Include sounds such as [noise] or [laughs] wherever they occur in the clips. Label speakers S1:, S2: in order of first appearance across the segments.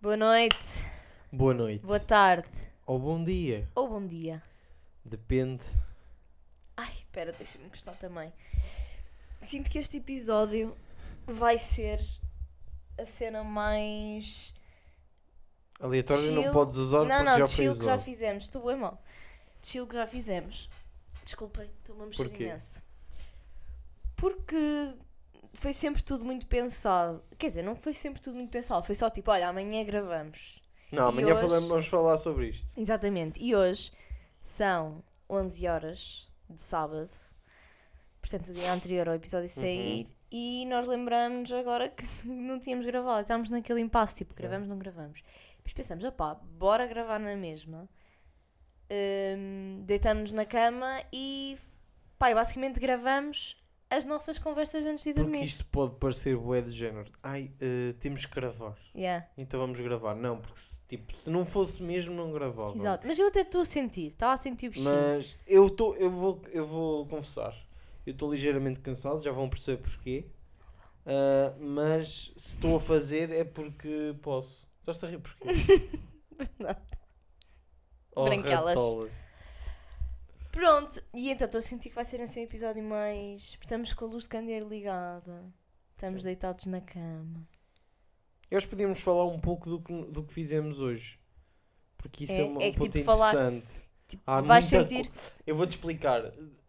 S1: Boa noite,
S2: Boa noite.
S1: boa tarde
S2: Ou bom dia.
S1: ou bom dia.
S2: Depende.
S1: Ai, espera, deixa-me gostar também. Sinto que este episódio vai ser a cena mais.
S2: Aleatório
S1: Chill.
S2: não podes usar
S1: não,
S2: porque
S1: não,
S2: já foi
S1: chill que já
S2: usado.
S1: fizemos. Estou bem mal. Chill que já fizemos. Desculpem, estou-me a mexer
S2: Porquê?
S1: imenso. Porque foi sempre tudo muito pensado. Quer dizer, não foi sempre tudo muito pensado. Foi só tipo, olha, amanhã gravamos.
S2: Não,
S1: E
S2: amanhã
S1: hoje-
S2: falamos- vamos falar sobre isto.
S1: Exatamente. E hoje são 11 horas de sábado. Portanto, o dia anterior ao episódio
S2: Uhum.
S1: sair. E nós lembramos agora que [laughs] não tínhamos gravado. Estávamos naquele impasse, tipo, gravamos, não gravamos. Depois pensamos, opá, bora gravar na mesma. Hum, Deitamos-nos na cama e, pá, e basicamente gravamos as nossas conversas antes de
S2: Porque
S1: dormir.
S2: isto pode parecer bué do género. Ai, eh, temos que gravar.
S1: Yeah.
S2: Então vamos gravar. Não, porque se, tipo, se não fosse mesmo, não gravava.
S1: Exato. Mas eu até estou a sentir. Estava a sentir o bichinho.
S2: Mas eu, tô, eu, vou, eu vou confessar. Eu estou ligeiramente cansado, já vão perceber porquê. Ah, mas se estou a fazer é porque posso. Estás a rir porquê?
S1: [laughs]
S2: Oh,
S1: Branquelas.
S2: ratolas.
S1: Pronto, e então estou a sentir que vai ser assim um episódio mais. Estamos com a luz de candeeiro ligada, estamos
S2: Sim.
S1: deitados na cama.
S2: Eu acho que podíamos falar um pouco do que, do que fizemos hoje. Porque isso é,
S1: É-
S2: uma,
S1: é
S2: um
S1: que,
S2: ponto
S1: tipo, falar-
S2: interessante.
S1: Tipo,
S2: Há
S1: vais
S2: muita
S1: sentir.
S2: Eu vou-te explicar.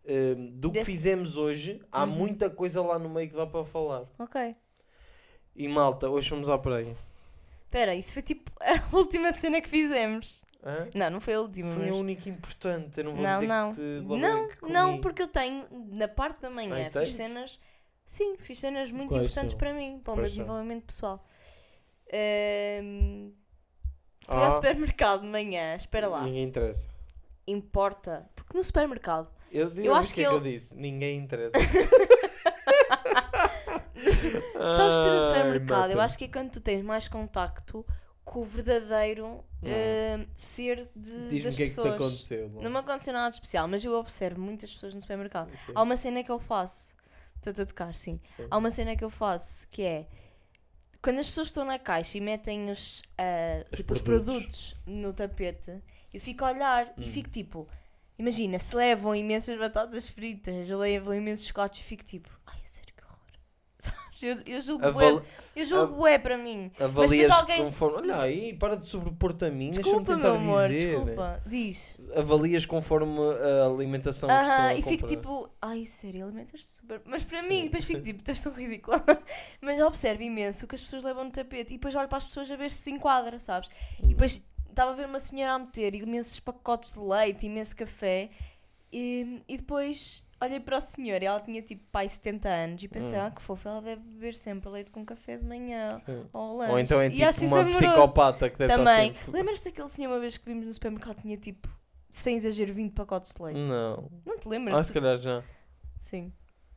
S2: Hum, do que
S1: Desse-
S2: fizemos hoje, há
S1: Uhum.
S2: muita coisa lá no meio que dá para falar.
S1: Ok.
S2: E malta, hoje fomos à praia.
S1: Espera, isso foi tipo [laughs] a última cena que fizemos.
S2: Hã?
S1: Não, não foi a última,
S2: Foi a
S1: mas.
S2: única importante. Eu não vou
S1: Não,
S2: dizer
S1: não.
S2: que te logo
S1: Não,
S2: que comi. Ah, então é
S1: não, porque eu tenho, na parte da manhã,
S2: Ai,
S1: fiz
S2: tens?
S1: cenas. Sim, fiz cenas muito
S2: Quais
S1: importantes
S2: são?
S1: para mim, para o meu
S2: Quais são?
S1: desenvolvimento pessoal. Ahm, fui
S2: Ah. Hum.
S1: ao supermercado de manhã, espera lá.
S2: Ninguém interessa.
S1: Importa, porque no supermercado
S2: Eu, eu,
S1: acho
S2: o
S1: que
S2: é
S1: eu-
S2: que eu disse. Ninguém
S1: [laughs]
S2: interessa.
S1: Sabes ser no
S2: Ai,
S1: supermercado, eu
S2: malta.
S1: acho que é quando tu tens mais contacto com o verdadeiro eh, ser de,
S2: Diz-me
S1: das
S2: o que é que te
S1: pessoas.
S2: aconteceu. Lu.
S1: Não me aconteceu nada de especial, mas eu observo muitas pessoas no supermercado. Há uma cena que eu faço, estou a tocar, sim.
S2: Sim.
S1: Há uma cena que eu faço que é quando as pessoas estão na caixa e metem os, ah,
S2: Os
S1: tipo, os
S2: produtos. Hum.
S1: produtos no tapete, eu fico a olhar e fico tipo. Imagina, se levam imensas batatas fritas, levam imensos chocolates, eu fico tipo, ai, a sério que horror. [laughs] Sabes? Eu, eu julgo bué-
S2: Aval...
S1: eu julgo é para mim. Mas depois
S2: Avalia-se
S1: alguém.
S2: conforme. Olha aí, para de sobrepor-te a mim. Deixa-me
S1: Desculpa,
S2: tentar
S1: meu amor,
S2: dizer.
S1: desculpa. Diz.
S2: Avalias conforme a alimentação que estão
S1: Aham,
S2: a
S1: e fico
S2: comprar.
S1: tipo, ai, sério, alimentas super. Mas para
S2: Sim.
S1: mim, depois fico tipo, tu és tão ridícula. [laughs] Mas observo imenso o que as pessoas levam no tapete e depois olho para as pessoas a ver se se enquadra, sabes?
S2: Uhum.
S1: E depois estava a ver uma senhora a meter imensos pacotes de leite, imenso café e, e depois olhei para a senhora e ela tinha tipo, pai, 70 anos e
S2: Hum.
S1: pensei, ah, que fofo, ela deve beber sempre leite com café de manhã.
S2: Sim.
S1: Ou,
S2: Ou então é
S1: lanche. E acho
S2: tipo
S1: isso
S2: uma
S1: amoroso.
S2: psicopata que deve
S1: Também.
S2: estar sempre...
S1: Lembras-te daquele senhor uma vez que vimos no supermercado tinha tipo, sem exagero, 20 pacotes de leite?
S2: Não.
S1: Não te
S2: Ah,
S1: lembras?
S2: se calhar já.
S1: Sim.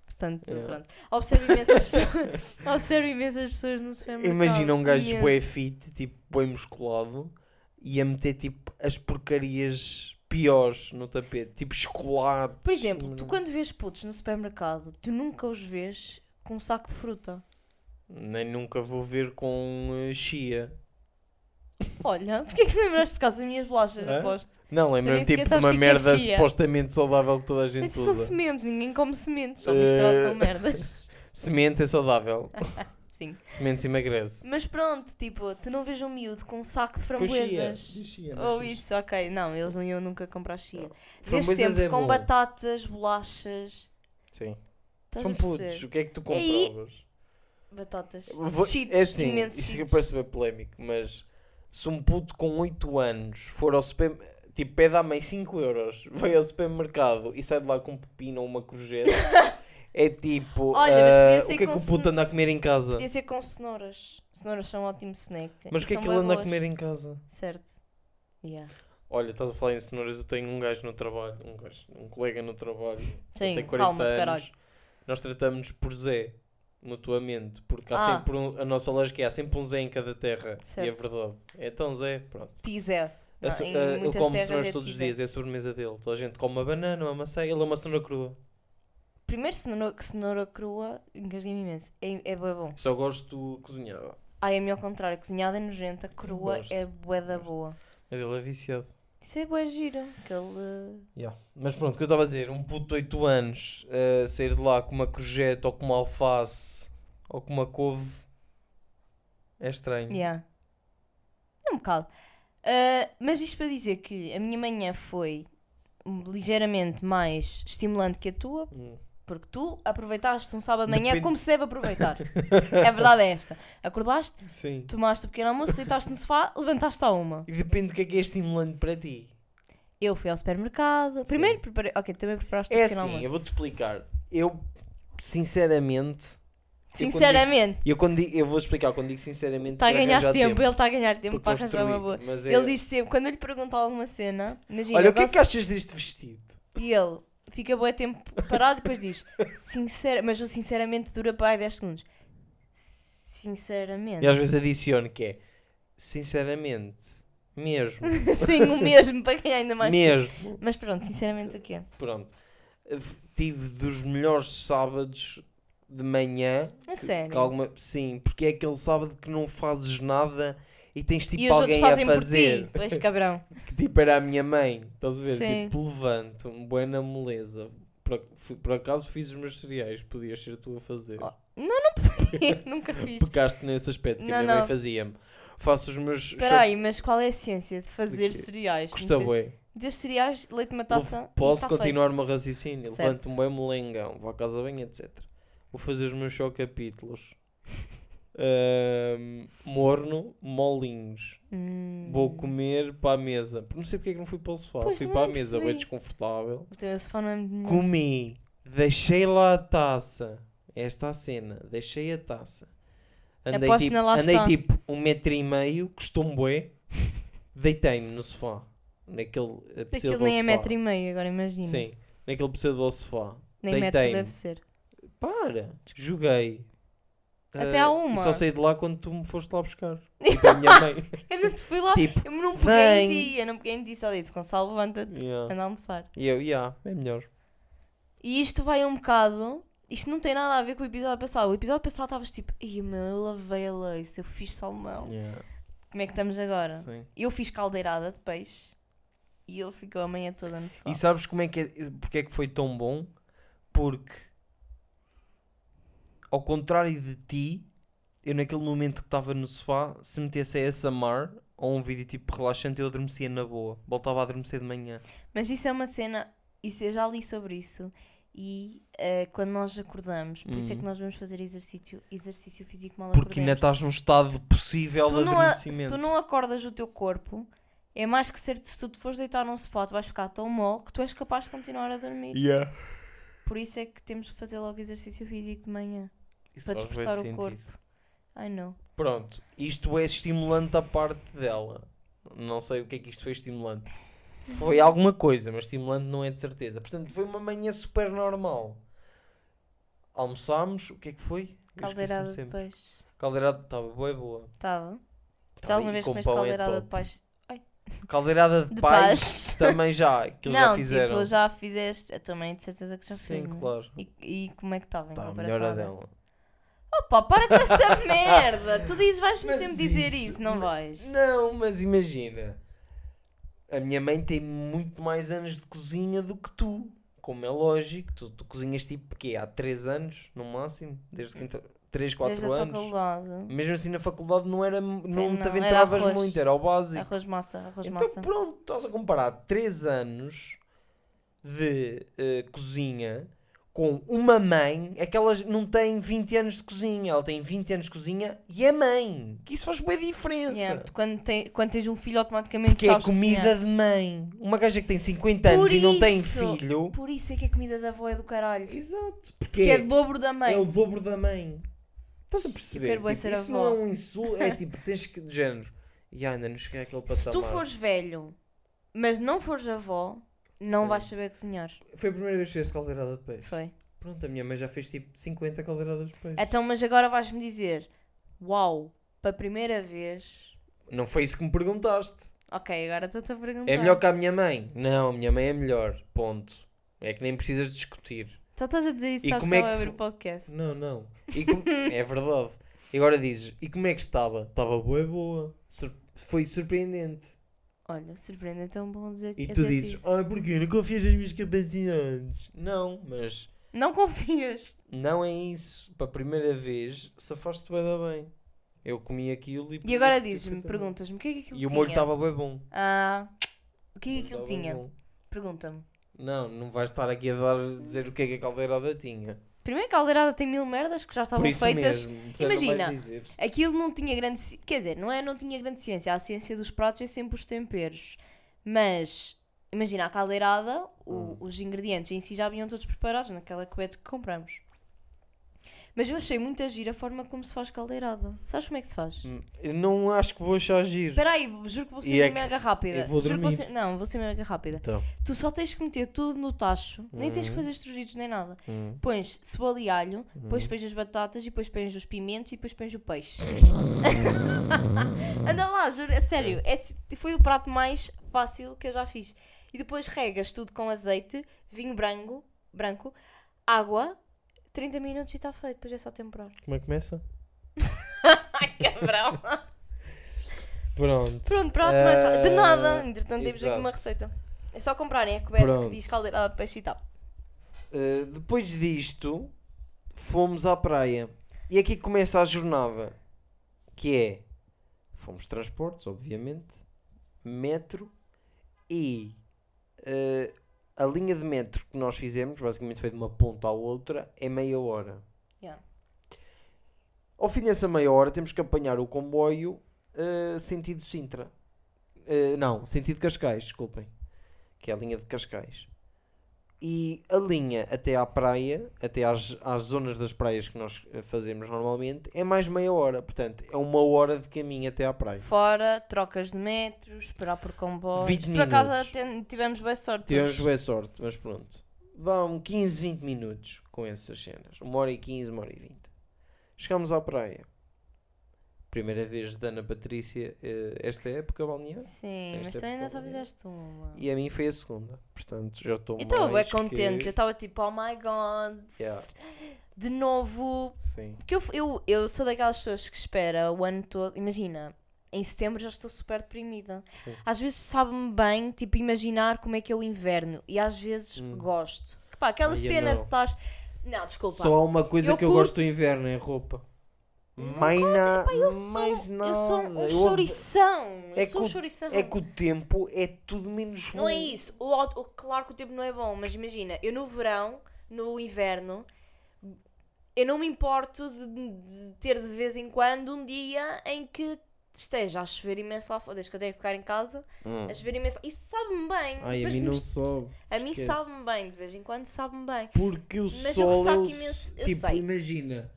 S1: Portanto,
S2: Yeah.
S1: pronto. Observo imensas pessoas. [laughs] Observo imensas pessoas no supermercado.
S2: Imagina um gajo
S1: Imenso.
S2: bué fit, tipo bué musculado, e a meter tipo as porcarias piores no tapete, tipo chocolate. Hum,
S1: Por exemplo, tu quando vês putos no supermercado, tu nunca os vês com um saco de fruta.
S2: Nem nunca vou ver com eh, chia.
S1: Olha, porque é que lembraste por causa das minhas bolachas,
S2: Hã?
S1: aposto?
S2: Não,
S1: nem
S2: lembro-me tipo
S1: sequer
S2: de
S1: sabes o
S2: uma
S1: que é que é
S2: merda
S1: chia.
S2: supostamente saudável que toda a gente
S1: Isso são
S2: usa.
S1: sementes, ninguém come sementes, só
S2: Eh,
S1: misturado com merdas.
S2: [laughs] Semente é saudável.
S1: Sim.
S2: Semente se emagrece.
S1: Mas pronto, tipo, tu não vês um miúdo com um saco de
S2: Com chia.
S1: framboesas.
S2: Diz chia, mas
S1: Ou
S2: diz-
S1: isso, ok. Não, eles não iam nunca comprar chia. Vês
S2: Framboesas
S1: sempre
S2: é
S1: com
S2: bom.
S1: batatas, bolachas.
S2: Sim.
S1: Estás
S2: São
S1: a perceber?
S2: putos, o que é que tu
S1: Aí-
S2: compravas?
S1: Batatas.
S2: Vou-
S1: cheats,
S2: é assim,
S1: imensos
S2: isto
S1: cheats.
S2: parece bem polémico, mas se um puto com 8 anos for ao supermercado, tipo, pede à mãe 5 euros, [laughs] vai ao supermercado e sai de lá com um pepino ou uma
S1: [laughs]
S2: crujeta, é tipo,
S1: Olha, mas podia
S2: ah,
S1: ser
S2: o que é que
S1: com
S2: o puto
S1: cen-
S2: anda a comer em casa?
S1: Podia ser com cenouras. Cenouras são um ótimo snack.
S2: Mas
S1: e
S2: o que é
S1: são
S2: que ele
S1: bué
S2: anda a
S1: boas.
S2: comer em casa?
S1: Certo. Yeah.
S2: Olha, estás a falar em cenouras, eu tenho um gajo no trabalho, um gajo, um colega no trabalho, ele
S1: Sim,
S2: tem 40
S1: calma-te,
S2: anos,
S1: caralho.
S2: nós tratamos-nos por Zé, mutuamente, porque há
S1: Ah.
S2: sempre um- a nossa lógica é há sempre um Zé em cada terra, e é
S1: Certo.
S2: verdade. Então Zé, pronto.
S1: Tizer.
S2: A
S1: Não,
S2: so-
S1: em
S2: a- ele
S1: muitas
S2: come
S1: terras
S2: cenouras
S1: é
S2: todos os
S1: pizza.
S2: dias, é a sobremesa dele. Toda a gente come uma banana, uma maçã, ele é uma cenoura crua.
S1: Primeiro, cenoura, cenoura crua, engasguei-me imenso. É, é bué bom.
S2: Só gosto cozinhada.
S1: Ai, a mim ao contrário, cozinhada é nojenta, crua
S2: gosto,
S1: é bué da
S2: gosto.
S1: boa.
S2: Mas ele é viciado.
S1: Isso é bué gira. Aquele...
S2: Yeah. Mas pronto, o que eu estava a dizer, um puto de 8 anos eh, sair de lá com uma crojeta ou com uma alface ou com uma couve é estranho.
S1: Yeah. É um bocado. Ah, mas isto para dizer que a minha manhã foi ligeiramente mais estimulante que a tua,
S2: Hum.
S1: porque tu aproveitaste um sábado de manhã
S2: Depende-
S1: como se deve
S2: [laughs]
S1: aproveitar. é verdade é esta. Acordaste,
S2: Sim.
S1: tomaste o pequeno almoço, deitaste no sofá, levantaste à uma.
S2: E depende do que é que é estimulante para ti.
S1: Eu fui ao supermercado. Primeiro preparei. Ok, também preparaste o
S2: É
S1: pequeno
S2: assim, eu
S1: almoço.
S2: vou-te explicar. Eu, sinceramente. eu quando digo-
S1: Sinceramente,
S2: Eu, quando digo- eu vou explicar, quando digo sinceramente.
S1: está a
S2: para
S1: ganhar
S2: arranjar
S1: tempo. Ele está a ganhar tempo
S2: Porque
S1: para
S2: vou
S1: arranjar uma boa.
S2: destruir, mas é-
S1: Ele diz sempre, quando eu lhe pergunto alguma cena, imagina,
S2: Olha,
S1: eu
S2: o que é
S1: gosto-
S2: que achas deste vestido?
S1: E ele fica bué tempo parado e depois diz sincera, mas o sinceramente dura para aí 10 segundos. Sinceramente.
S2: E às vezes adiciono que é. Sinceramente. Mesmo.
S1: [laughs] Sim, o mesmo, para quem é ainda mais.
S2: mesmo.
S1: [laughs] Mas pronto, sinceramente o quê?
S2: Pronto. F- Tive dos melhores sábados de manhã.
S1: A
S2: que-
S1: sério?
S2: que alguma- Sim, porque é aquele sábado que não fazes nada e tens tipo
S1: e os outros
S2: alguém a
S1: fazem por
S2: fazer.
S1: ti. Pois
S2: [laughs]
S1: cabrão.
S2: que tipo era a minha mãe, estás a ver?
S1: Sim.
S2: Tipo, levanto-me, bué na moleza. Por, ac- fui- por acaso fiz os meus cereais, podias ser tu a fazer.
S1: Oh, Nunca fiz.
S2: Pecaste nesse aspecto que
S1: Não,
S2: a minha
S1: não.
S2: mãe fazia-me. Faço os meus.
S1: Espera aí, mas qual é a ciência de fazer
S2: De quê?
S1: cereais?
S2: Custa
S1: Meter-
S2: bué.
S1: Meter cereais, leite uma taça. e
S2: Posso
S1: tá
S2: continuar o
S1: feito.
S2: meu raciocínio?
S1: Certo.
S2: Levanto-me bem molengão, vou à casa bem, etc. Vou fazer os meus
S1: [laughs]
S2: show capítulos. Ahm, morno, molinhos.
S1: Hum.
S2: Vou comer para a mesa. Não sei porque é que não fui para o sofá.
S1: Pois,
S2: fui
S1: também
S2: para a
S1: não
S2: mesa, bem
S1: percebi.
S2: desconfortável.
S1: O teu sofá não é muito melhor.
S2: Comi, deixei lá a taça. Esta a cena, deixei a taça. Andei,
S1: Aposto
S2: tipo,
S1: na lá
S2: andei
S1: está.
S2: tipo um metro e meio, custou-me
S1: [laughs]
S2: bué. Deitei-me no sofá. Naquele eh,
S1: Aquilo
S2: pseudo
S1: nem é
S2: sofá.
S1: metro e meio, agora imagina.
S2: Sim, naquele pseudo sofá.
S1: nem metro
S2: deitei-me.
S1: deve ser.
S2: Para, joguei.
S1: Até
S2: Ah,
S1: à uma.
S2: E só saí de lá quando tu me foste lá
S1: [laughs]
S2: buscar. Tipo a minha mãe.
S1: Eu não te fui lá [laughs]
S2: tipo,
S1: Eu não peguei em
S2: Vem.
S1: ti, eu não peguei em ti, só disse Gonçalo, levanta-te,
S2: yeah.
S1: anda a almoçar.
S2: E eu, yeah, é melhor.
S1: E isto vai um bocado, isto não tem nada a ver com o episódio passado. O episódio passado estavas tipo, ai meu, eu lavei a lace, eu fiz salmão.
S2: Yeah,
S1: Como é que estamos agora?
S2: sim.
S1: Eu fiz caldeirada de peixe e ele ficou a manhã toda no sofá.
S2: E sabes como é que é, porque é que foi tão bom? Porque ao contrário de ti, eu naquele momento que estava no sofá, se metesse a essa mar ou um vídeo tipo relaxante, eu adormecia na boa. Voltava a adormecer de manhã.
S1: Mas isso é uma cena, isso eu já li sobre isso. E eh, quando nós acordamos, por isso é que
S2: Uhum.
S1: nós vamos fazer exercício, exercício físico mal
S2: Porque ainda
S1: acordemos.
S2: estás num estado possível
S1: tu
S2: de
S1: não a- se
S2: adormecimento.
S1: tu não acordas o teu corpo, é mais que certo se tu te fores deitar num sofá, tu vais ficar tão mole que tu és capaz de continuar a dormir.
S2: Yeah.
S1: Por isso é que temos de fazer logo exercício físico de manhã
S2: Isso
S1: para
S2: faz bué
S1: despertar o
S2: sentido.
S1: corpo. Ai não.
S2: Pronto, isto é estimulante a parte dela. Não sei o que é que isto foi estimulante. Foi alguma coisa, mas estimulante não é de certeza. Portanto, foi uma manhã super normal. Almoçámos, o que é que foi? Eu esqueço-me
S1: Caldeirada de
S2: sempre.
S1: peixe.
S2: Caldeirada estava boa, boa.
S1: Estava. Já
S2: Tava
S1: alguma
S2: aí,
S1: vez
S2: com
S1: comeste
S2: pão é
S1: caldeirada
S2: top.
S1: de peixe?
S2: Caldeirada de,
S1: De
S2: pais,
S1: paz.
S2: também já, que eles
S1: não,
S2: já fizeram.
S1: tipo, já fizeste. A tua mãe de certeza que já
S2: Sim,
S1: fez. não é?
S2: claro.
S1: E, e como é que estava em
S2: Tá, melhor
S1: comparação?
S2: a
S1: à minha?
S2: dela.
S1: Opa, para com essa [laughs] merda! Tu dizes, vais-me
S2: Mas
S1: sempre dizer
S2: isso-
S1: isso, não vais?
S2: Não, mas imagina. A minha mãe tem muito mais anos de cozinha do que tu. Como é lógico, tu, tu cozinhas tipo quê? Há 3 anos, no máximo? Desde que entra... 3, 4
S1: Desde a
S2: anos.
S1: faculdade.
S2: Mesmo assim na faculdade não era não,
S1: não,
S2: te
S1: era
S2: aventavas
S1: arroz.
S2: muito, era o básico.
S1: Arroz massa, arroz
S2: então
S1: massa.
S2: pronto, estás a comparar 3 anos de eh, cozinha com uma mãe, é que ela não tem 20 anos de cozinha, ela tem 20 anos de cozinha e é mãe. Que isso faz boa diferença.
S1: Yeah, tu quando, tem- quando tens um filho, automaticamente
S2: Que é
S1: sabes
S2: comida
S1: cozinhar.
S2: de mãe. Uma gaja que tem 50 anos
S1: Por
S2: e não tem
S1: isso!
S2: filho.
S1: Por isso é que a comida da avó é do caralho.
S2: Exato.
S1: Que
S2: Porque
S1: é dobro da mãe.
S2: é o dobro da mãe. Estás a
S1: Eu
S2: perceber?
S1: quero bué
S2: Tipo,
S1: ser
S2: isso
S1: avó.
S2: não é um insulto.
S1: [laughs]
S2: É tipo, tens que. De género. E ainda não cheguei àquele patamar.
S1: Se tu fores velho, mas não fores avó, não
S2: Sim.
S1: vais saber cozinhar.
S2: Foi a primeira vez que fez caldeirada de peixe.
S1: Foi.
S2: Pronto, a minha mãe já fez tipo 50 caldeiradas de peixe.
S1: Então, mas agora vais-me dizer: Uau, para a primeira vez.
S2: Não foi isso que me perguntaste.
S1: Ok, agora estou-te a perguntar.
S2: É melhor que a minha mãe? Não, a minha mãe é melhor. Ponto. É que nem precisas discutir.
S1: Só Então, estás a dizer isso,
S2: E
S1: sabes
S2: como
S1: que
S2: é
S1: ela vai
S2: que
S1: abrir
S2: fo-
S1: o podcast. [laughs]
S2: Não, não. E com- é verdade. E agora dizes, e como é que estava? Estava boa, boa. Sur- foi surpreendente.
S1: Olha, surpreende é tão bom dizer
S2: E tu dizes, ah, porquê? Não confias nas minhas capacidades? Não, mas
S1: Não confias.
S2: não é isso. Para a primeira vez, safaste-te bué da bem. Eu comi aquilo e...
S1: E agora
S2: fiquei
S1: dizes-me,
S2: perfeitamente.
S1: perguntas-me o que é que aquilo
S2: E o
S1: tinha.
S2: molho estava bem bom.
S1: Ah, o que é que
S2: Molho
S1: aquilo
S2: tava bué
S1: tinha?
S2: bom.
S1: Pergunta-me.
S2: Não, não vais estar aqui a dar, dizer o que é que a caldeirada tinha.
S1: Primeiro que a aldeirada tem mil merdas que já
S2: Por
S1: estavam
S2: isso
S1: feitas.
S2: mesmo. portanto, não
S1: Imagina.
S2: vais dizer.
S1: Aquilo não tinha grande. ci- Quer dizer, não é? Não tinha grande ciência. A ciência dos pratos é sempre os temperos. Mas, imagina, a caldeirada, o-
S2: Hum.
S1: os ingredientes em si já vinham todos preparados naquela coete que compramos. Mas eu achei muito agir a forma como se faz caldeirada. Sabes como é que se faz?
S2: Hum, Eu não acho que vou achar giro.
S1: Espera aí, juro que vou ser
S2: E é que
S1: mega
S2: se-
S1: rápida.
S2: eu vou
S1: Juro que vou
S2: dormir.
S1: ser- Não, vou ser mega rápida.
S2: Então.
S1: Tu só tens que meter tudo no tacho, nem tens que
S2: Uhum.
S1: fazer estrugidos nem nada.
S2: Hum.
S1: Pões cebola e alho, depois
S2: Uhum.
S1: pões as batatas, e depois pões os pimentos e depois pões o
S2: [laughs]
S1: peixe. Anda lá, juro, é sério, é se- foi o prato mais fácil que eu já fiz. E depois regas tudo com azeite, vinho branco, branco água, 30 minutos e está feito, depois é só temperar.
S2: Como é que começa?
S1: Ai, cabrão!
S2: Pronto.
S1: Pronto, prato mais fácil. De
S2: Eh,
S1: nada, entretanto temos aqui
S2: exato.
S1: uma receita. É só comprarem a coberta que
S2: Pronto.
S1: diz caldeirada de peixe e tal.
S2: Uh, depois disto, fomos à praia. E aqui começa a jornada. Que é. Fomos de transportes, obviamente. Metro. E. uh, a linha de metro que nós fizemos, basicamente foi de uma ponta à outra, é meia hora.
S1: Yeah.
S2: Ao fim dessa meia hora, temos que apanhar o comboio uh, sentido Sintra. Uh, não, sentido Cascais, desculpem. Que é a linha de Cascais. E a linha até à praia, até às, às zonas das praias que nós eh, fazemos normalmente, é mais meia hora. Portanto, é uma hora de caminho até à praia.
S1: Fora, trocas de metros, esperar por comboios.
S2: 20
S1: por acaso
S2: minutos.
S1: ten- tivemos boa sorte.
S2: Tivemos
S1: hoje.
S2: boa sorte, mas pronto. Dá um 15, 20 minutos com essas cenas. Uma hora e 15, uma hora e 20. Chegámos à praia. Primeira vez de Ana Patrícia, eh, esta época, balnear.
S1: Sim, mas
S2: Esta
S1: tu ainda só
S2: época,
S1: fizeste uma.
S2: E a mim foi a segunda. Portanto, já estou
S1: Eu estava bem
S2: mais que-
S1: Então, é contente, eu estava tipo, oh my god,
S2: Yeah,
S1: de novo.
S2: sim.
S1: Porque eu, eu, eu sou daquelas pessoas que espera o ano todo. Imagina, em setembro já estou super deprimida.
S2: Sim.
S1: Às vezes sabe-me bem, tipo, imaginar como é que é o inverno. E às vezes gosto. Pá, aquela
S2: Hum. Ai, eu
S1: cena de
S2: não.
S1: estar. Não, desculpa.
S2: Só há uma coisa
S1: Eu
S2: que eu gosto do inverno, é roupa. Mais, na...
S1: Eu sou,
S2: mais nada.
S1: eu sou um
S2: Eu-
S1: chourição. Eu
S2: É
S1: sou um
S2: que o-
S1: chourição.
S2: É que o tempo é tudo menos bom.
S1: Não é isso. O, aut- o- claro que o tempo não é bom, mas imagina, eu no verão, no inverno, eu não me importo de, de ter de vez em quando um dia em que esteja a chover imenso lá fora, desde que eu tenho que ficar em casa,
S2: Hum.
S1: a chover imenso. Isso sabe-me bem.
S2: Ai, a
S1: Depois
S2: mim
S1: me-
S2: não sobe.
S1: a mim
S2: esquece.
S1: sabe-me bem, de vez em quando sabe-me bem.
S2: Porque o
S1: eu
S2: sol é o-
S1: ressaco imenso, eu
S2: Tipo,
S1: sei.
S2: imagina.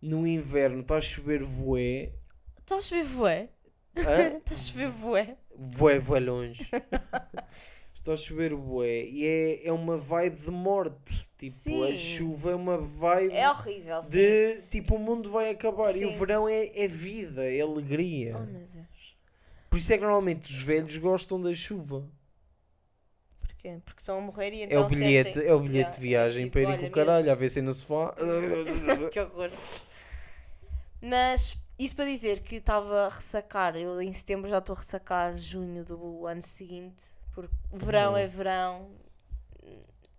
S2: No inverno está a chover voé.
S1: Está a chover voé? [laughs]
S2: Hã?
S1: Está a chover voé?
S2: voé, voé longe. [laughs] está a chover voé. E é, é uma vibe de morte. Tipo, a
S1: Sim.
S2: chuva é uma vibe
S1: É horrível, sim.
S2: de... Tipo, o mundo vai acabar. E o
S1: Sim.
S2: verão é, é vida, é alegria.
S1: Oh, meu Deus.
S2: Por isso é que normalmente os velhos gostam da chuva.
S1: Porquê? Porque estão a morrer e
S2: É
S1: então
S2: o bilhete,
S1: sentem-
S2: é o bilhete
S1: Yeah,
S2: de
S1: é
S2: viagem
S1: tipo,
S2: para irem
S1: olha,
S2: com o caralho,
S1: menos.
S2: a ver se não
S1: [laughs]
S2: se fala.
S1: que horror. Mas isto para dizer que estava a ressacar, eu em setembro já estou a ressacar junho do ano seguinte, porque verão
S2: Hum.
S1: é verão,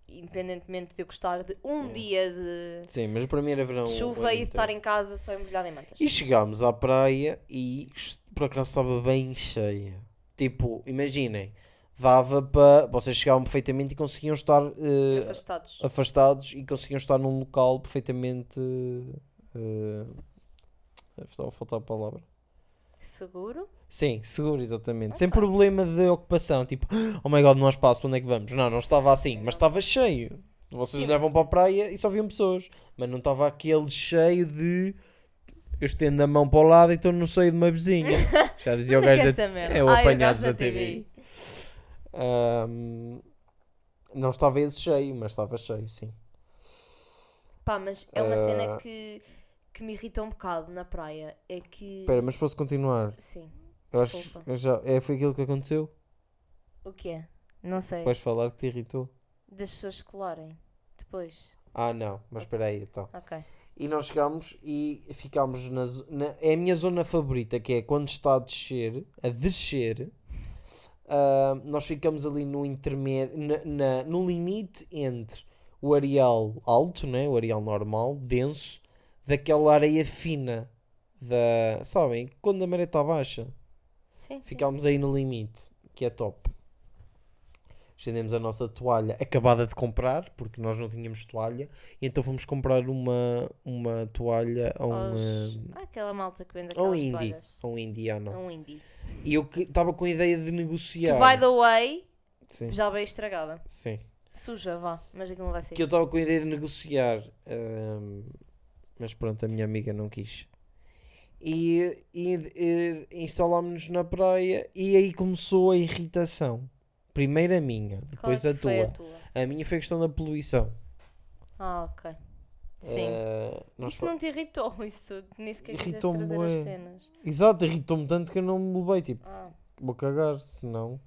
S1: independentemente de eu gostar de um
S2: Hum.
S1: dia de
S2: [laughs] Sim, mas para mim era verão.
S1: chuva e de estar em casa só embrulhada em mantas.
S2: então. E chegámos à praia e est- por acaso estava bem cheia. Tipo, imaginem, dava para. Vocês chegavam perfeitamente e conseguiam estar eh,
S1: Afastados.
S2: afastados e conseguiam estar num local perfeitamente. eh, estava a faltar a palavra.
S1: Seguro?
S2: Sim, seguro, exatamente. Sem problema de ocupação. Tipo, oh my god, não há espaço, para onde é que vamos? Não, não estava assim, mas estava cheio. Vocês
S1: Sim.
S2: levam para a praia e só viam pessoas. Mas não estava aquele cheio de. Eu estendo a mão para o lado e estou no seio de uma vizinha.
S1: [laughs]
S2: Já dizia o
S1: Onde é que
S2: gajo
S1: é
S2: da
S1: essa merda?
S2: É o
S1: Ai, gajo
S2: apanhados
S1: da
S2: da TV. Ahm, não estava esse cheio, mas estava cheio, sim.
S1: Pá, mas é uma cena
S2: Ah.
S1: que, que me irrita um bocado na praia. É que.
S2: Espera, mas posso continuar?
S1: Sim.
S2: Eu acho
S1: Desculpa.
S2: eu já, é, foi aquilo que aconteceu?
S1: O que é? Não sei.
S2: Vais falar que te irritou?
S1: Das pessoas que colorem. Depois.
S2: Ah, não, mas espera aí então.
S1: Ok.
S2: E nós chegámos e ficámos na, zo- na- É a minha zona favorita, que é quando está a descer, a descer, ah, nós ficamos ali no intermédio, na, na- no limite entre o areal alto, né? o areal normal, denso, daquela areia fina. Da, sabem? Quando a maré está baixa.
S1: Sim, sim.
S2: Ficámos aí no limite, que é top. Estendemos a nossa toalha acabada de comprar, porque nós não tínhamos toalha, e então fomos comprar uma, uma toalha a um,
S1: Aos-
S2: eh,
S1: Ah, aquela malta que vende
S2: a um
S1: aquelas
S2: indie,
S1: toalhas.
S2: a um
S1: A
S2: indiano.
S1: um indie.
S2: E eu estava com a ideia de negociar.
S1: Que, by the way,
S2: Sim,
S1: já veio estragada.
S2: sim.
S1: Suja, vá. Mas aquilo não vai ser.
S2: Que eu estava com a ideia de negociar, ehm, mas pronto, a minha amiga não quis. E, e, e instalámos-nos na praia, e aí começou a irritação. Primeiro a minha,
S1: Qual é
S2: depois
S1: que
S2: a
S1: foi
S2: tua.
S1: a tua?
S2: A minha foi a questão da poluição.
S1: Ah, ok. Sim.
S2: Eh, nós
S1: Isso
S2: fa-
S1: não te irritou, isso. Nem sequer quiseste
S2: Irritou-me
S1: trazer
S2: bué.
S1: as cenas.
S2: Exato, irritou-me tanto que eu não me levei. Tipo,
S1: Ah,
S2: vou cagar, senão.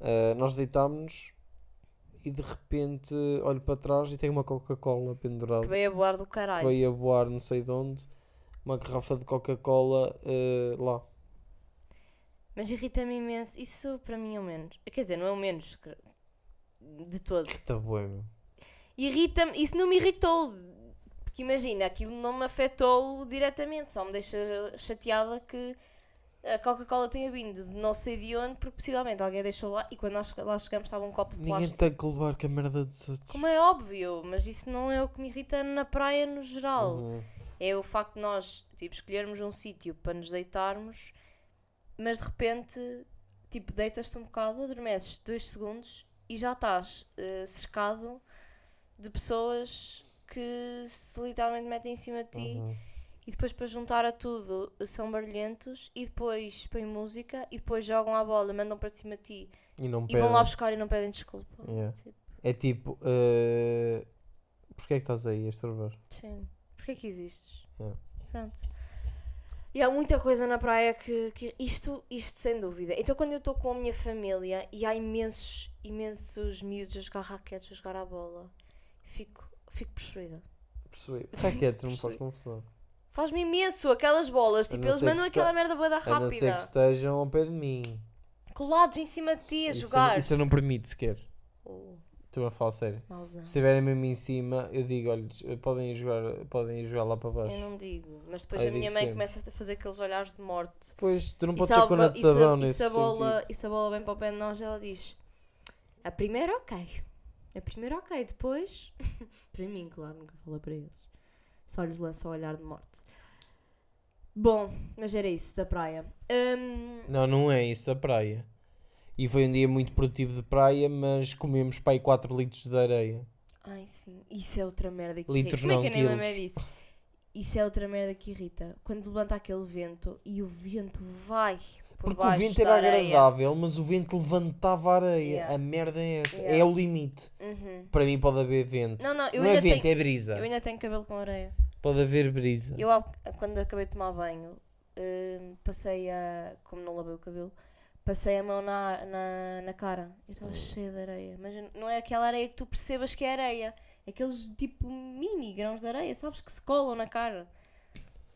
S2: Eh, nós deitámos-nos e de repente olho para trás e tem uma Coca-Cola
S1: que
S2: pendurada.
S1: veio a boar do caralho.
S2: Veio a voar, não sei de onde, uma garrafa de Coca-Cola eh, lá.
S1: Mas irrita-me imenso. Isso para mim é o menos. Quer dizer, não é o menos. cre- De todo.
S2: Que tá bué, meu.
S1: Tipo Irrita-me. Isso não me irritou. Porque imagina, aquilo não me afetou diretamente. Só me deixa chateada que a Coca-Cola tenha vindo de não sei de onde, porque possivelmente alguém deixou lá e quando nós che- lá chegamos estava um copo de
S2: Ninguém
S1: plástico.
S2: tem que levar com a merda tipo, dos outros.
S1: Como é óbvio, mas isso não é o que me irrita na praia no geral.
S2: Uhum.
S1: É o facto de nós, tipo, escolhermos um sítio para nos deitarmos, mas de repente, tipo, deitas-te um bocado, adormeces dois segundos e já estás eh, cercado de pessoas que se literalmente metem em cima de ti
S2: Uhum.
S1: e depois para juntar a tudo são barulhentos e depois põem música e depois jogam a bola, mandam para cima de ti
S2: E não
S1: e vão lá
S2: pedem.
S1: buscar e não pedem desculpa.
S2: Yeah.
S1: Tipo,
S2: É tipo, eh, porquê é que estás aí a estrovar?
S1: Sim. Porquê que existes?
S2: É.
S1: Pronto. E há muita coisa na praia que, que- Isto, isto sem dúvida. Então quando eu estou com a minha família e há imensos, imensos miúdos a jogar raquetes, a jogar à bola, fico, fico persuída.
S2: Percebi. Raquetes, é, não me faz
S1: Percebi.
S2: confusão.
S1: Faz-me imenso aquelas bolas,
S2: A
S1: tipo,
S2: não
S1: eles
S2: ser que
S1: mandam
S2: está-
S1: aquela merda boa
S2: A não ser
S1: rápida,
S2: que estejam ao pé de mim.
S1: colados em cima de ti a
S2: Isso eu-
S1: jogar.
S2: Isso eu não permito sequer.
S1: Oh,
S2: Estou a falar sério.
S1: mauzão.
S2: Se estiverem mesmo em cima, eu digo, olha, podem ir jogar, podem ir jogar lá para
S1: Eu
S2: baixo.
S1: não digo, mas depois
S2: Ah,
S1: a
S2: eu
S1: minha
S2: digo
S1: mãe
S2: sempre.
S1: começa a fazer aqueles olhares de morte.
S2: Pois, tu não
S1: E
S2: podes
S1: se
S2: ser
S1: a
S2: com
S1: é bo-
S2: nada Um de
S1: e se a-
S2: sabão
S1: e
S2: nesse
S1: se a é bola,
S2: sentido.
S1: E se a bola vem para o pé de nós, ela diz: A primeira, ok. A primeira, ok. Depois, [laughs] para mim, claro, nunca falei para eles. Só lhes lança o olhar de morte. Bom, mas era isso da praia. Hum,
S2: Não, não é isso da praia. E foi um dia muito produtivo de praia, mas comemos para aí 4 litros de areia.
S1: ai sim, isso é outra merda que
S2: Litros
S1: irrita. Como é
S2: não,
S1: que eu nem lembro
S2: quilos.
S1: disso? Isso é outra merda que irrita. Quando levanta aquele vento e o vento vai por
S2: Porque o
S1: baixo
S2: vento
S1: da
S2: era
S1: areia.
S2: agradável, mas o vento levantava a areia.
S1: Yeah.
S2: A merda é essa. É
S1: Yeah.
S2: o limite.
S1: Uhum.
S2: Para mim pode haver vento.
S1: Não, não, eu
S2: é
S1: ainda
S2: vento,
S1: tenho-
S2: é brisa.
S1: Eu ainda tenho cabelo com areia.
S2: Pode haver brisa.
S1: Eu, ao- quando acabei de tomar banho, hum, passei a. Como não lavei o cabelo, passei a mão na, na, na cara. Eu
S2: Hum.
S1: estava cheia de areia. Mas não é aquela areia que tu percebas que é areia. Aqueles tipo mini grãos de areia, sabes? Que se colam na cara.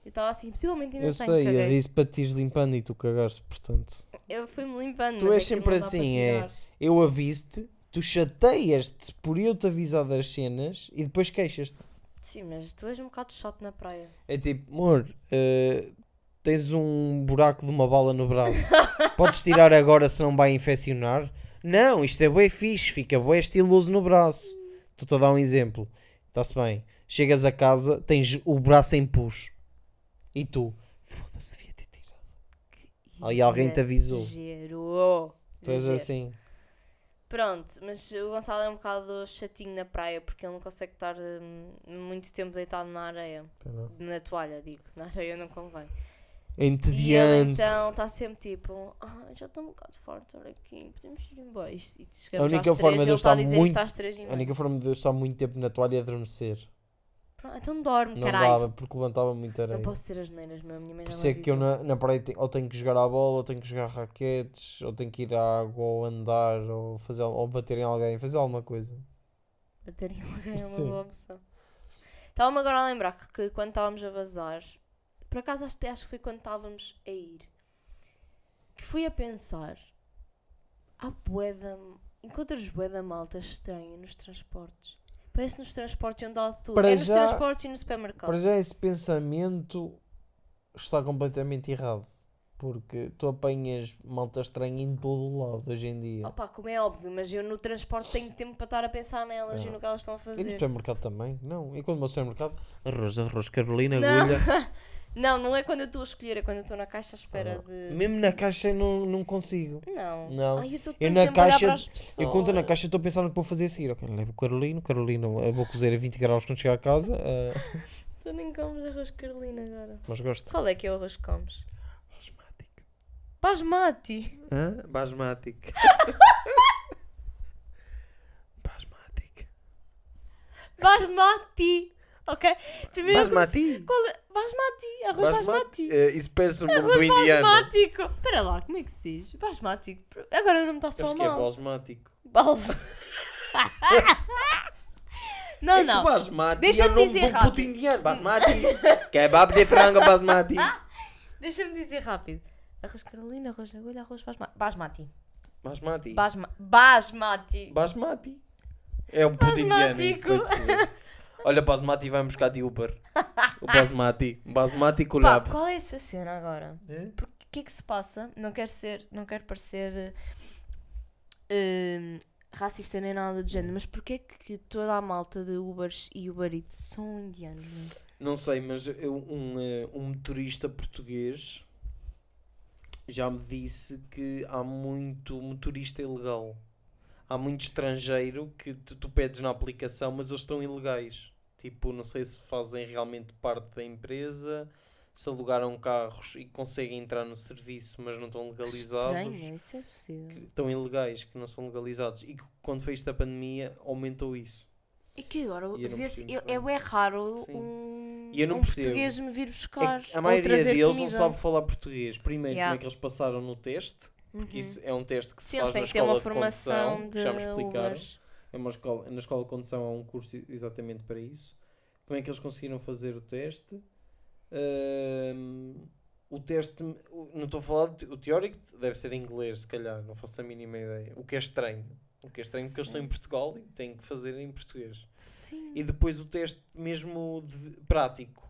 S1: Eu estava assim, possivelmente ainda
S2: Eu
S1: tenho.
S2: sei, eu
S1: caguei.
S2: disse para te ires limpando e tu cagaste, portanto.
S1: Eu fui-me limpando.
S2: Tu
S1: mas
S2: és
S1: aquilo
S2: sempre
S1: não dá para
S2: assim, é.
S1: tirar.
S2: Eu aviso-te, tu chateias-te por eu te avisar das cenas e depois queixas-te.
S1: Sim, mas tu és um bocado chato na praia.
S2: É tipo, amor, eh, tens um buraco de uma bala no
S1: [laughs]
S2: braço. Podes tirar agora se não vai infeccionar? Não, isto é bué fixe, fica bué estiloso no braço. Estou-te a dar um exemplo. Está-se bem. Chegas a casa, tens o braço em pus. E tu, foda-se, devia ter tirado. Aí alguém te avisou.
S1: Exagerou.
S2: Tu és
S1: Exagero.
S2: assim.
S1: Pronto, mas o Gonçalo é um bocado chatinho na praia porque ele não consegue estar hum, muito tempo deitado na areia.
S2: Pera.
S1: Na toalha, digo. Na areia não convém. E ele
S2: Entediante.
S1: então está sempre tipo: ah, já estou um bocado forte, olha aqui, podemos ir embora. Isto- E chegamos
S2: A única
S1: às
S2: forma
S1: três,
S2: de
S1: ele
S2: eu
S1: está a
S2: estar
S1: dizer
S2: muito-
S1: está às três e
S2: A
S1: meia.
S2: única forma de eu estar muito tempo na toalha é adormecer.
S1: Pronto, então dorme,
S2: Não
S1: caralho.
S2: dava, porque levantava muito areia.
S1: Não posso ser as neiras, meu. a Minha mãe
S2: Por
S1: já
S2: isso
S1: me
S2: é que eu
S1: avisou.
S2: na, na praia te- ou tenho que jogar à bola, ou tenho que jogar raquetes, ou tenho que ir à água, ou andar, ou, fazer, al- ou bater em alguém, fazer alguma coisa.
S1: [laughs] Bater em alguém é uma
S2: Sim.
S1: boa opção. Estava-me agora a lembrar que, que quando estávamos a bazar, por acaso acho, que- acho que foi quando estávamos a ir, que fui a pensar, há boeda, encontras boeda malta estranha nos transportes. Parece nos transportes onde há tudo.
S3: Para
S1: é nos
S3: já-
S1: transportes e no supermercado.
S3: Para já esse pensamento está completamente errado. Porque tu apanhas malta estranha em todo o lado hoje em dia.
S1: Opa, como é óbvio, mas eu no transporte tenho tempo para estar a pensar nelas e
S3: Ah.
S1: no que elas estão a
S3: E no
S1: fazer.
S3: supermercado também? Não. E quando vou ao supermercado, arroz, arroz, carolina,
S1: Não.
S3: agulha.
S1: Não, não é quando eu estou a escolher, é quando eu estou na caixa à espera de.
S3: Mesmo na caixa eu não, não consigo.
S1: Não.
S3: Ah. Não.
S1: Ai, eu estou
S3: Eu
S1: tanto
S3: na
S1: tempo a olhar
S3: caixa-
S1: para as pessoas.
S3: Eu conto na caixa, estou a pensar no que vou fazer a seguir. Ok, levo o Carolino, Carolino, eu vou cozer a 20 graus quando chegar a casa, eh,
S1: Tu nem comes arroz carolina agora.
S3: mas gosto.
S1: Qual é que é o arroz que comes?
S2: Basmático.
S1: Basmati.
S2: Hã? Basmático. Basmático.
S1: Basmati. Ok? Primeiro eu comecei-
S2: Basmati?
S1: Qual é? Basmati. Arroz basmati.
S2: Eh, isso parece o nome do
S1: Arroz
S2: indiano.
S1: basmático. Espera lá, como é que se diz? Basmático. Agora não me está só
S2: Acho que é
S1: mal.
S2: basmático.
S1: Balvo. [laughs] não,
S2: é
S1: não.
S2: Que basmati
S1: Deixa-me
S2: é o nome
S1: dizer
S2: de um
S1: rápido.
S2: puto indiano. Basmati.
S1: [laughs]
S2: Kebab de frango basmati.
S1: Ah. Deixa-me dizer rápido. Arroz carolina, arroz de agulha, arroz basmati. Basmati.
S2: Basmati.
S1: Basma basmati.
S2: Basmati. É um puto indiano. isso tem que ser. Olha, basmati vai buscar
S1: [laughs]
S2: de Uber. O basmati. Basmati
S1: Pá,
S2: collab.
S1: qual é essa cena agora?
S2: É?
S1: Porque o que é que se passa? Não quero ser, não quero parecer eh, hum, racista nem nada do género, mas porquê é que toda a malta de Ubers e Uber Eats são indianos? meu?
S2: Não sei, mas eu- um, eh, um motorista português já me disse que há muito motorista ilegal. Há muito estrangeiro que tu, tu pedes na aplicação, mas eles estão ilegais. Tipo, não sei se fazem realmente parte da empresa, se alugaram carros e conseguem entrar no serviço, mas não estão legalizados.
S1: Estranho, isso é possível.
S2: Que estão ilegais, que não são legalizados. E que quando foi isto da pandemia, aumentou isso.
S1: E que agora
S2: E eu não
S1: vê-se-
S2: percebo
S1: eu-
S2: bem.
S1: é bué raro
S2: Sim.
S1: um,
S2: E eu não
S1: um
S2: percebo.
S1: português me vir buscar.
S2: É que a
S1: ou
S2: maioria
S1: trazer
S2: deles não
S1: comida.
S2: sabe falar português. Primeiro,
S1: Yeah.
S2: como é que eles passaram no teste? Porque
S1: Uhum.
S2: isso é um teste que se
S1: Sim,
S2: faz
S1: eles têm
S2: na
S1: que ter uma
S2: escola de condução.
S1: formação
S2: que
S1: de
S2: Já me explicaram.
S1: Ubers.
S2: É uma escola, na escola de condução há um curso exatamente para isso. Como é que eles conseguiram fazer o teste? Ahm, o teste, o- não estou a falar, de- o teórico deve ser em inglês, se calhar, não faço a mínima ideia. O que é estranho. O que é estranho porque eles estão em Portugal e têm que fazer em português
S1: Sim.
S2: e depois o teste mesmo de- prático.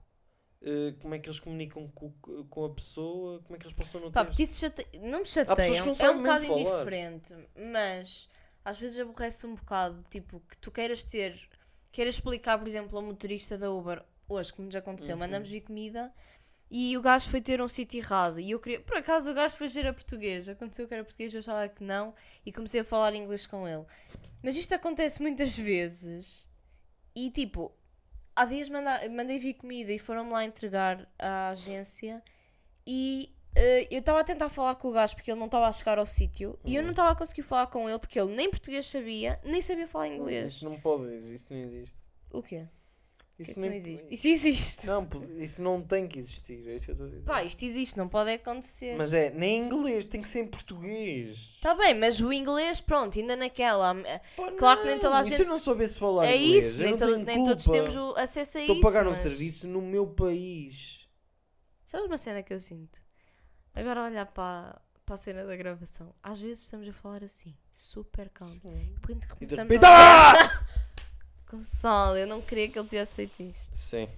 S2: Eh, como é que eles comunicam co- co- com, a pessoa? Como é que eles passam no
S1: Pá, porque
S2: teste?
S1: isso chate... não me
S2: Há pessoas que
S1: chateia,
S2: não
S1: é
S2: sabem
S1: um bocado
S2: mesmo falar.
S1: indiferente, mas às vezes aborrece um bocado, tipo, que tu queiras ter, queiras explicar, por exemplo, ao motorista da Uber, hoje, que nos aconteceu,
S2: Uhum.
S1: mandamos vir comida e o gajo foi ter um sítio errado e eu queria, por acaso o gajo foi era português, aconteceu que era português, eu achava que não e comecei a falar inglês com ele. Mas isto acontece muitas vezes e tipo, há dias manda- mandei vir comida e foram-me lá entregar à agência e eh, eu estava a tentar falar com o gajo porque ele não estava a chegar ao sítio e
S2: Uhum.
S1: eu não estava a conseguir falar com ele porque ele nem português sabia, nem sabia falar inglês.
S2: Isso não pode, isso não existe.
S1: O quê? O que é que
S2: nem-
S1: não existe? Isso existe.
S2: Uhum. [laughs] Não, po- isso não tem que existir, é isso que eu estou a dizer.
S1: Pá, isto existe, não pode acontecer.
S2: Mas é, nem em inglês, tem que ser em português.
S1: Está bem, mas o inglês, pronto, ainda naquela. eh,
S2: Pá,
S1: claro que nem toda a
S2: não, E se
S1: gente-
S2: eu não soubesse falar
S1: É
S2: inglês?
S1: isso,
S2: Eu
S1: nem,
S2: não
S1: to-
S2: tenho
S1: nem todos
S2: culpa.
S1: temos o acesso a
S2: Estou
S1: isso.
S2: a pagar um
S1: mas-
S2: serviço no meu país.
S1: Sabes uma cena que eu sinto? Agora olhar para, para a cena da gravação. Às vezes estamos a falar assim, super calmo. E quando
S2: E de
S1: começamos
S2: repente...
S1: a...
S2: Ah!
S1: [laughs] Gonçalo, eu não queria que ele tivesse feito isto.
S2: Sim.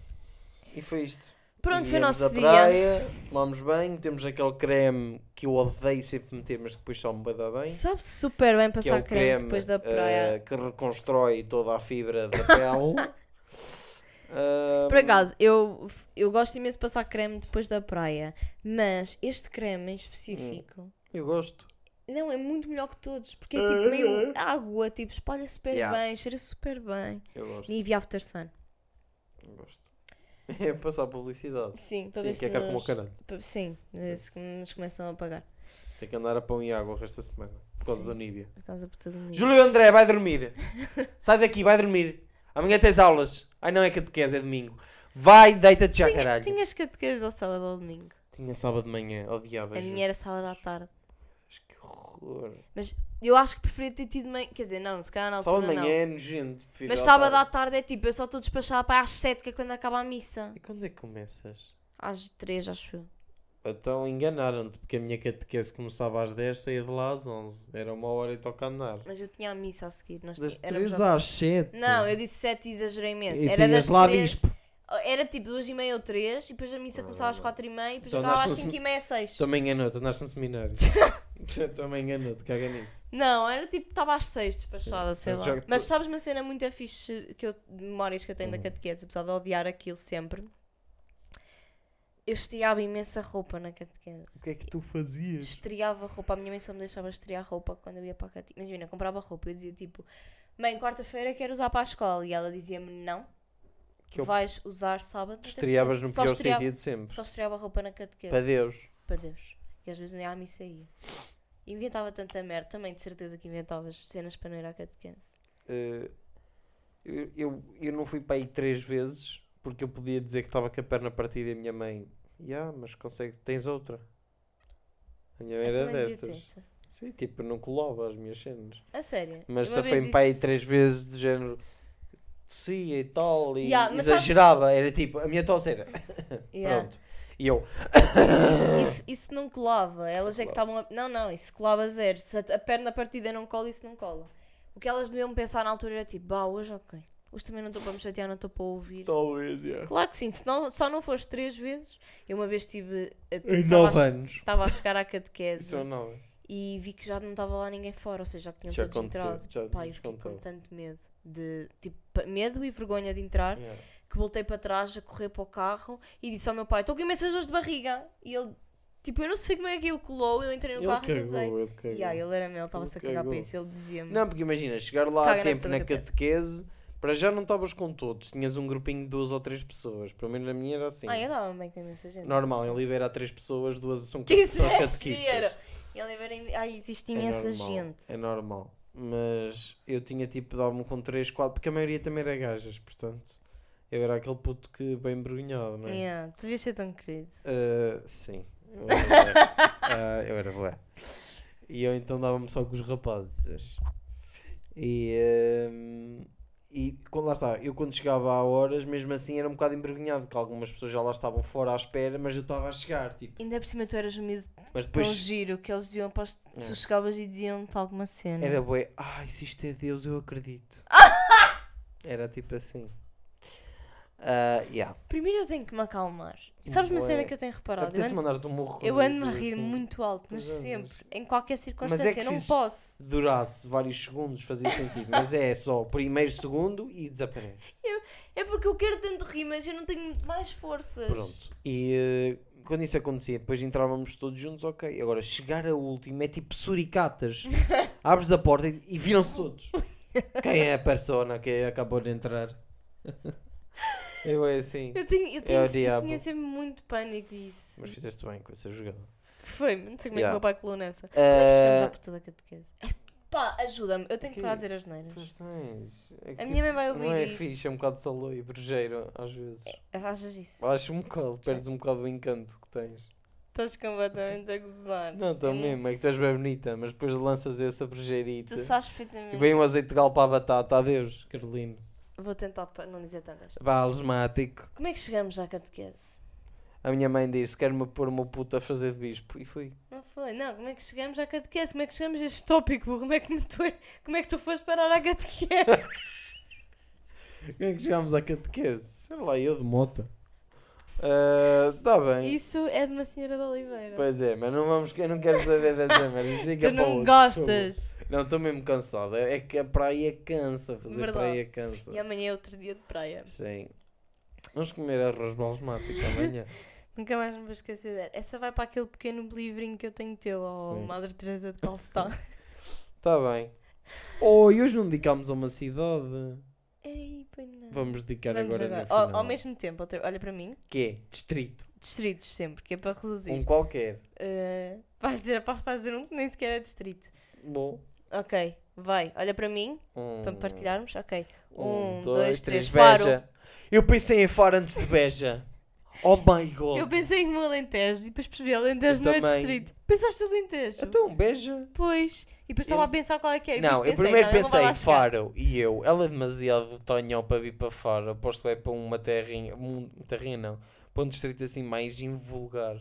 S2: E foi isto.
S1: Pronto, foi o
S2: Viemos
S1: nosso
S2: à
S1: dia.
S2: praia, tomamos banho, temos aquele creme que eu odeio sempre meter, mas depois só me vai dar bem.
S1: Sabe super bem
S2: que é
S1: passar
S2: o
S1: creme,
S2: creme
S1: depois da
S2: eh,
S1: praia.
S2: que reconstrói toda a fibra da pele.
S1: [laughs]
S2: Ah,
S1: Por acaso, eu, eu gosto imenso de passar creme depois da praia, mas este creme em específico,
S2: eu gosto.
S1: não, é muito melhor que todos, porque é tipo meio água, tipo, espalha super
S2: Yeah.
S1: bem, cheira super bem.
S2: Eu gosto.
S1: Nivea After Sun.
S2: Eu gosto. É passar publicidade.
S1: Sim, para ver se
S2: Sim, que é caro como o
S1: nos-
S2: caralho.
S1: pa- Sim, esse que nos começam a pagar.
S2: Tem que andar a pão e água o resto da semana. Por causa da Nívia.
S1: Por causa da puta do Nivea.
S2: Júlio André,
S1: [laughs]
S2: vai dormir. Sai daqui, vai dormir. Amanhã tens aulas. Ai, não é que te queres, é domingo. Vai, deita-te já, caralho. Tinha,
S1: Tinhas catequeiras ao sábado ou ao domingo.
S2: sábado de manhã, odiava.
S1: A
S2: Júlio.
S1: minha era sábado à tarde.
S2: Mas que horror. cor.
S1: Eu acho que preferia ter tido manhã. Quer dizer, não, se calhar na
S2: Só
S1: altura
S2: amanhã
S1: não.
S2: é nojento. prefiro
S1: Mas
S2: à
S1: sábado à
S2: tarde.
S1: tarde é tipo, eu só estou despachada para às 7 que é quando acaba a missa.
S2: E quando é que começas?
S1: Às 3, acho eu.
S2: Então enganaram-te, porque a minha catequese começava às 10, saía de lá às 11. Era uma hora e toca a andar.
S1: Mas eu tinha a missa a seguir. Nós
S2: Das
S1: ti- éramos
S2: 3
S1: já-
S2: às 7.
S1: um Não, eu disse 7 e exagerei imenso.
S2: E
S1: Era
S2: saías
S1: das
S2: lá,
S1: 3.
S2: bispo.
S1: Era tipo 2 e meia ou 3 e depois a missa começava às 4 e meia e depois
S2: Então
S1: acabava às
S2: nasce um
S1: 5 e meia, 6.
S2: Também enganou-te, andaste no seminário. [laughs] Também enganou-te, caga nisso.
S1: Não, era tipo, estava às 6 despachada, sei
S2: Então,
S1: lá.
S2: já que tu- Hum.
S1: Mas sabes uma cena muito é fixe que eu, de memórias que eu tenho da catequese, apesar de odiar aquilo sempre. Eu estirava imensa roupa na catequese.
S2: O que é que tu fazias?
S1: Estreava roupa, a minha mãe só me deixava estrear roupa quando eu ia para a catequese. Imagina, comprava roupa, eu dizia tipo, mãe, quarta-feira quero usar para a escola. E ela dizia-me, não,
S2: Que eu-
S1: vais usar sábado. na
S2: Estreavas no
S1: catequese." Só
S2: pior
S1: estreava-
S2: sentido sempre.
S1: Só estreava roupa na catequese.
S2: Para Deus.
S1: para Deus. E às vezes nem à missa ia. Inventava tanta merda, também de certeza que inventavas cenas para não ir à catequese.
S2: Eh, eu, eu, eu não fui para aí três vezes porque eu podia dizer que estava com a perna partida e a minha mãe, já, mas consegue, tens outra. A minha mãe
S1: Eu
S2: era
S1: também dizia
S2: destas.
S1: terça.
S2: Sim, tipo, não colava as minhas cenas.
S1: A sério.
S2: Mas
S1: uma
S2: só
S1: vez
S2: foi para aí
S1: disse-
S2: três vezes de género tossia e tal e
S1: Ya, mas sabes-
S2: exagerava. Era tipo, a minha tosse era,
S1: Yeah.
S2: pronto. E eu,
S1: Isso, isso não colava. Elas é que estavam. a- Não, não, isso colava zero. Se a, a perna partida não cola, isso não cola. O que elas deviam pensar na altura era tipo, bah, hoje ok. Hoje também não estou para me chatear, não estou para ouvir.
S2: talvez, já.
S1: Claro que sim, se não, só não foste três vezes. Eu uma vez tive. eh,
S2: Em nove
S1: Estava a
S2: anos.
S1: chegar à catequese.
S2: Isso é nove.
S1: e vi que já não estava lá ninguém fora, ou seja, já tinham
S2: Já
S1: todos
S2: aconteceu,
S1: entrado.
S2: já
S1: Pá, eu
S2: nos
S1: fiquei com
S2: contaram.
S1: tanto medo de tipo pa- medo e vergonha de entrar
S2: Ya.
S1: que voltei para trás a correr para o carro e disse ao meu pai: estou com imensas dores de barriga. E ele, tipo, eu não sei como é que ele colou, eu entrei no
S2: Ele
S1: carro e
S2: cagou,
S1: casei.
S2: ele cagou.
S1: E aí ele era mel, estava-se a
S2: Ele
S1: cagar para
S2: cagou.
S1: isso, ele dizia-me.
S2: Não, porque imagina, chegar lá
S1: Caga
S2: a
S1: na
S2: tempo
S1: puta da
S2: na catequese, para já não estavas com todos, tinhas um grupinho de duas ou três pessoas. Pelo menos na minha era assim.
S1: Ah, eu dava bem com imensa gente. [laughs]
S2: Normal, em Oliveira há três pessoas, duas são
S1: Que
S2: pessoas
S1: exagero!
S2: catequistas.
S1: Ele era. im- Ai, existe
S2: É
S1: imensa
S2: normal,
S1: gente.
S2: É normal. Mas eu tinha tipo, dava-me com três, quatro, porque a maioria também era gajas, portanto. Eu era aquele puto que bem envergonhado, não é?
S1: Yeah, devias ser tão querido.
S2: Ah, sim. Eu era bué.
S1: [laughs]
S2: Ah, eu era bué. E eu então dava-me só com os rapazes. E, ah, e quando lá está, eu quando chegava a horas, mesmo assim era um bocado envergonhado, que algumas pessoas já lá estavam fora à espera, mas eu estava a chegar, tipo.
S1: Ainda por cima tu eras um miúdo
S2: Mas
S1: tão
S2: depois
S1: giro que eles deviam aposto que tu chegavas e diziam-te alguma cena.
S2: É. era bué, ai, se isto é Deus,
S1: [laughs]
S2: eu acredito. Era tipo assim. Ah, yeah.
S1: Primeiro eu tenho que me acalmar. E sabes uma
S2: Bué.
S1: cena que eu tenho reparado? Eu
S2: Apetece
S1: ando-
S2: mandar-te um morro.
S1: Eu
S2: quando
S1: ando-me a
S2: digo
S1: rir
S2: assim.
S1: muito alto, mas
S2: Pois é, mas-
S1: sempre, em qualquer circunstância,
S2: que
S1: eu não
S2: se isso-
S1: posso.
S2: se durasse vários segundos fazia sentido, mas é só o primeiro segundo e desaparece.
S1: É porque eu quero tanto rir, mas eu não tenho mais forças.
S2: Pronto. E eh, quando isso acontecia, depois entrávamos todos juntos, ok. Agora chegar a último é
S1: [laughs]
S2: tipo suricatas. Abres a porta e, e viram-se todos. Quem é a persona que acabou de
S1: [laughs]
S2: entrar? Eu é assim.
S1: Eu, tenho, eu, tenho, eu
S2: diabo.
S1: tinha sempre muito pânico disso.
S2: Mas fizeste bem com essa jogada.
S1: Foi, não sei como é que o
S2: Yeah.
S1: meu pai colou nessa. Mas chegamos já
S2: Eh,
S1: por toda a catequese. É, Pá, ajuda-me, eu tenho que
S2: Ok.
S1: parar de dizer as neiras.
S2: pois tens. É que
S1: A minha mãe vai
S2: não
S1: ouvir
S2: é
S1: isto.
S2: fixe, é um bocado salou e brejeiro às vezes.
S1: Achas isso?
S2: Acho um bocado, perdes um bocado o encanto que tens.
S1: Estás completamente a gozar.
S2: Não,
S1: Eu
S2: estou mesmo, é que tu és bem bonita, mas depois lanças essa brejeirita.
S1: Tu sabes
S2: E
S1: perfeitamente.
S2: vem um azeite de galo para a batata, adeus, Carolino.
S1: Vou tentar pa- não dizer tantas.
S2: Vá, alesmático.
S1: Como é que chegamos à catequese?
S2: A minha mãe disse: Quero-me pôr uma puta a fazer de bispo. E fui.
S1: Não foi, não, como é que chegamos à catequese? Como é que chegamos a este tópico? burro? Como é que, me tu, como é que tu foste parar à
S2: [laughs]
S1: catequese?
S2: Como é que chegámos à catequese? Sei lá, eu de mota. Está Ah, tá bem.
S1: Isso é de uma senhora de Oliveira.
S2: Pois é, mas não vamos, eu não quero
S1: [laughs]
S2: saber dessa merda. Isso fica
S1: tu
S2: para
S1: não
S2: outro, por
S1: gostas.
S2: favor. Não, estou mesmo cansado. É é que a praia cansa. Fazer
S1: Verdade.
S2: praia cansa.
S1: E amanhã é outro dia de praia.
S2: Sim. Vamos comer arroz balsmático amanhã.
S1: Nunca mais me vou esquecer dela. Essa vai para aquele pequeno livrinho que eu tenho teu, ó
S2: Sim.
S1: Madre Teresa de
S2: [laughs]
S1: Calcetá.
S2: Está Tá bem. Oh, e hoje não dedicámos a uma cidade.
S1: Ei, pois não.
S2: Vamos dedicar
S1: Vamos
S2: agora, na
S1: agora.
S2: final.
S1: Ao, ao mesmo tempo, outra- olha para mim,
S2: Que é distrito.
S1: distritos sempre, que é para reduzir.
S2: Um qualquer.
S1: Eh, vais dizer, vais fazer um que nem sequer é distrito.
S2: S- Bom.
S1: Ok, vai, olha para mim,
S2: Um,
S1: para partilharmos, ok.
S2: um,
S1: um,
S2: dois,
S1: dois,
S2: três,
S1: três, Faro.
S2: Beja. Eu pensei em Faro antes de Beja. Oh my god.
S1: Eu pensei no Alentejo e depois percebi Alentejo
S2: Eu
S1: não é
S2: também.
S1: distrito. Pensaste Alentejo?
S2: Então, beija.
S1: Pois. E depois
S2: Eu-
S1: estava a pensar qual é que era. e
S2: Não,
S1: depois
S2: eu primeiro
S1: "Não, ele não vai
S2: pensei
S1: lá chegar."
S2: Faro e eu. Ela é demasiado tonhão para vir para Faro. Aposto que é para uma terrinha. um- Uma terrinha não. Para um distrito assim mais invulgar.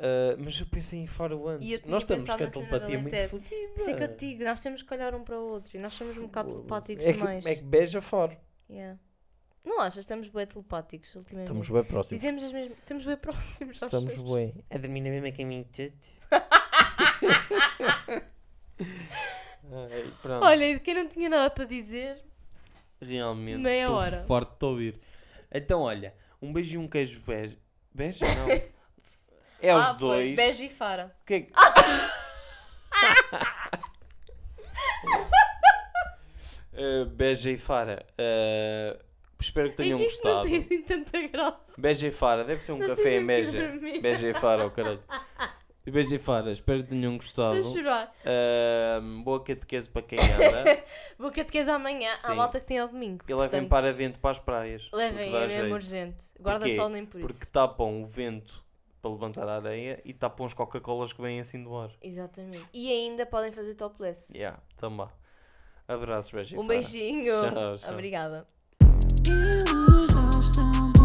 S2: Ah, mas eu pensei em Faro
S1: E eu
S2: antes.
S1: tinha
S2: Nós estamos
S1: pensado
S2: com a
S1: na cena do
S2: telepatia muito
S1: Alentejo.
S2: fodida.
S1: Por isso é que eu te digo, nós temos que olhar um para o outro e nós somos um bocado telepáticos
S2: é
S1: demais. Uhum.
S2: que, é que beija Faro.
S1: Yeah. Não achas? Estamos bem telepáticos ultimamente.
S2: Estamos bem próximos.
S1: Dizemos as mesmas. Estamos bem próximos. aos
S3: Estamos
S1: outros.
S3: bem.
S2: A dormir na mesma caminho
S1: [laughs]
S2: Ai, pronto.
S1: Olha, e de quem não tinha nada para dizer,
S2: Realmente.
S1: Meia
S2: tô
S1: hora.
S2: Farto de te ouvir. Então, olha, um beijo e um queijo beijo.
S1: [laughs]
S2: Beijo? Não. É
S1: ah,
S2: os dois.
S1: Pois, beijo e fara.
S2: O
S1: [laughs]
S2: que é que- Eh, beijo e Fara. Eh, espero que
S1: É
S2: tenham
S1: que isto não
S2: gostado.
S1: tem assim tanta graça.
S2: Beija e Fara, deve ser um
S1: Nós
S2: café em
S1: tivemos que
S2: Beja.
S1: dormir.
S2: Beija e Fara,
S1: [laughs]
S2: oh, caralho. Beija e Fara, espero que tenham gostado.
S1: Estou a chorar.
S2: Ahm, boa catequese para quem
S1: [laughs]
S2: anda.
S1: Vou catequese amanhã à
S2: Sim.
S1: malta que tem ao domingo.
S2: E levem
S1: portanto,
S2: para vento para as praias.
S1: Levem,
S2: porque dá
S1: é mesmo
S2: jeito.
S1: urgente. Guarda-sol nem por
S2: Porque
S1: isso.
S2: tapam o vento para levantar a areia e tapam as Coca-Colas que vêm assim do ar.
S1: Exatamente. E ainda podem fazer topless.
S2: Yeah, também. Abraços, beijinho.
S1: Um beijinho.
S2: Tchau, tchau.
S1: Obrigada.
S4: Eu já estão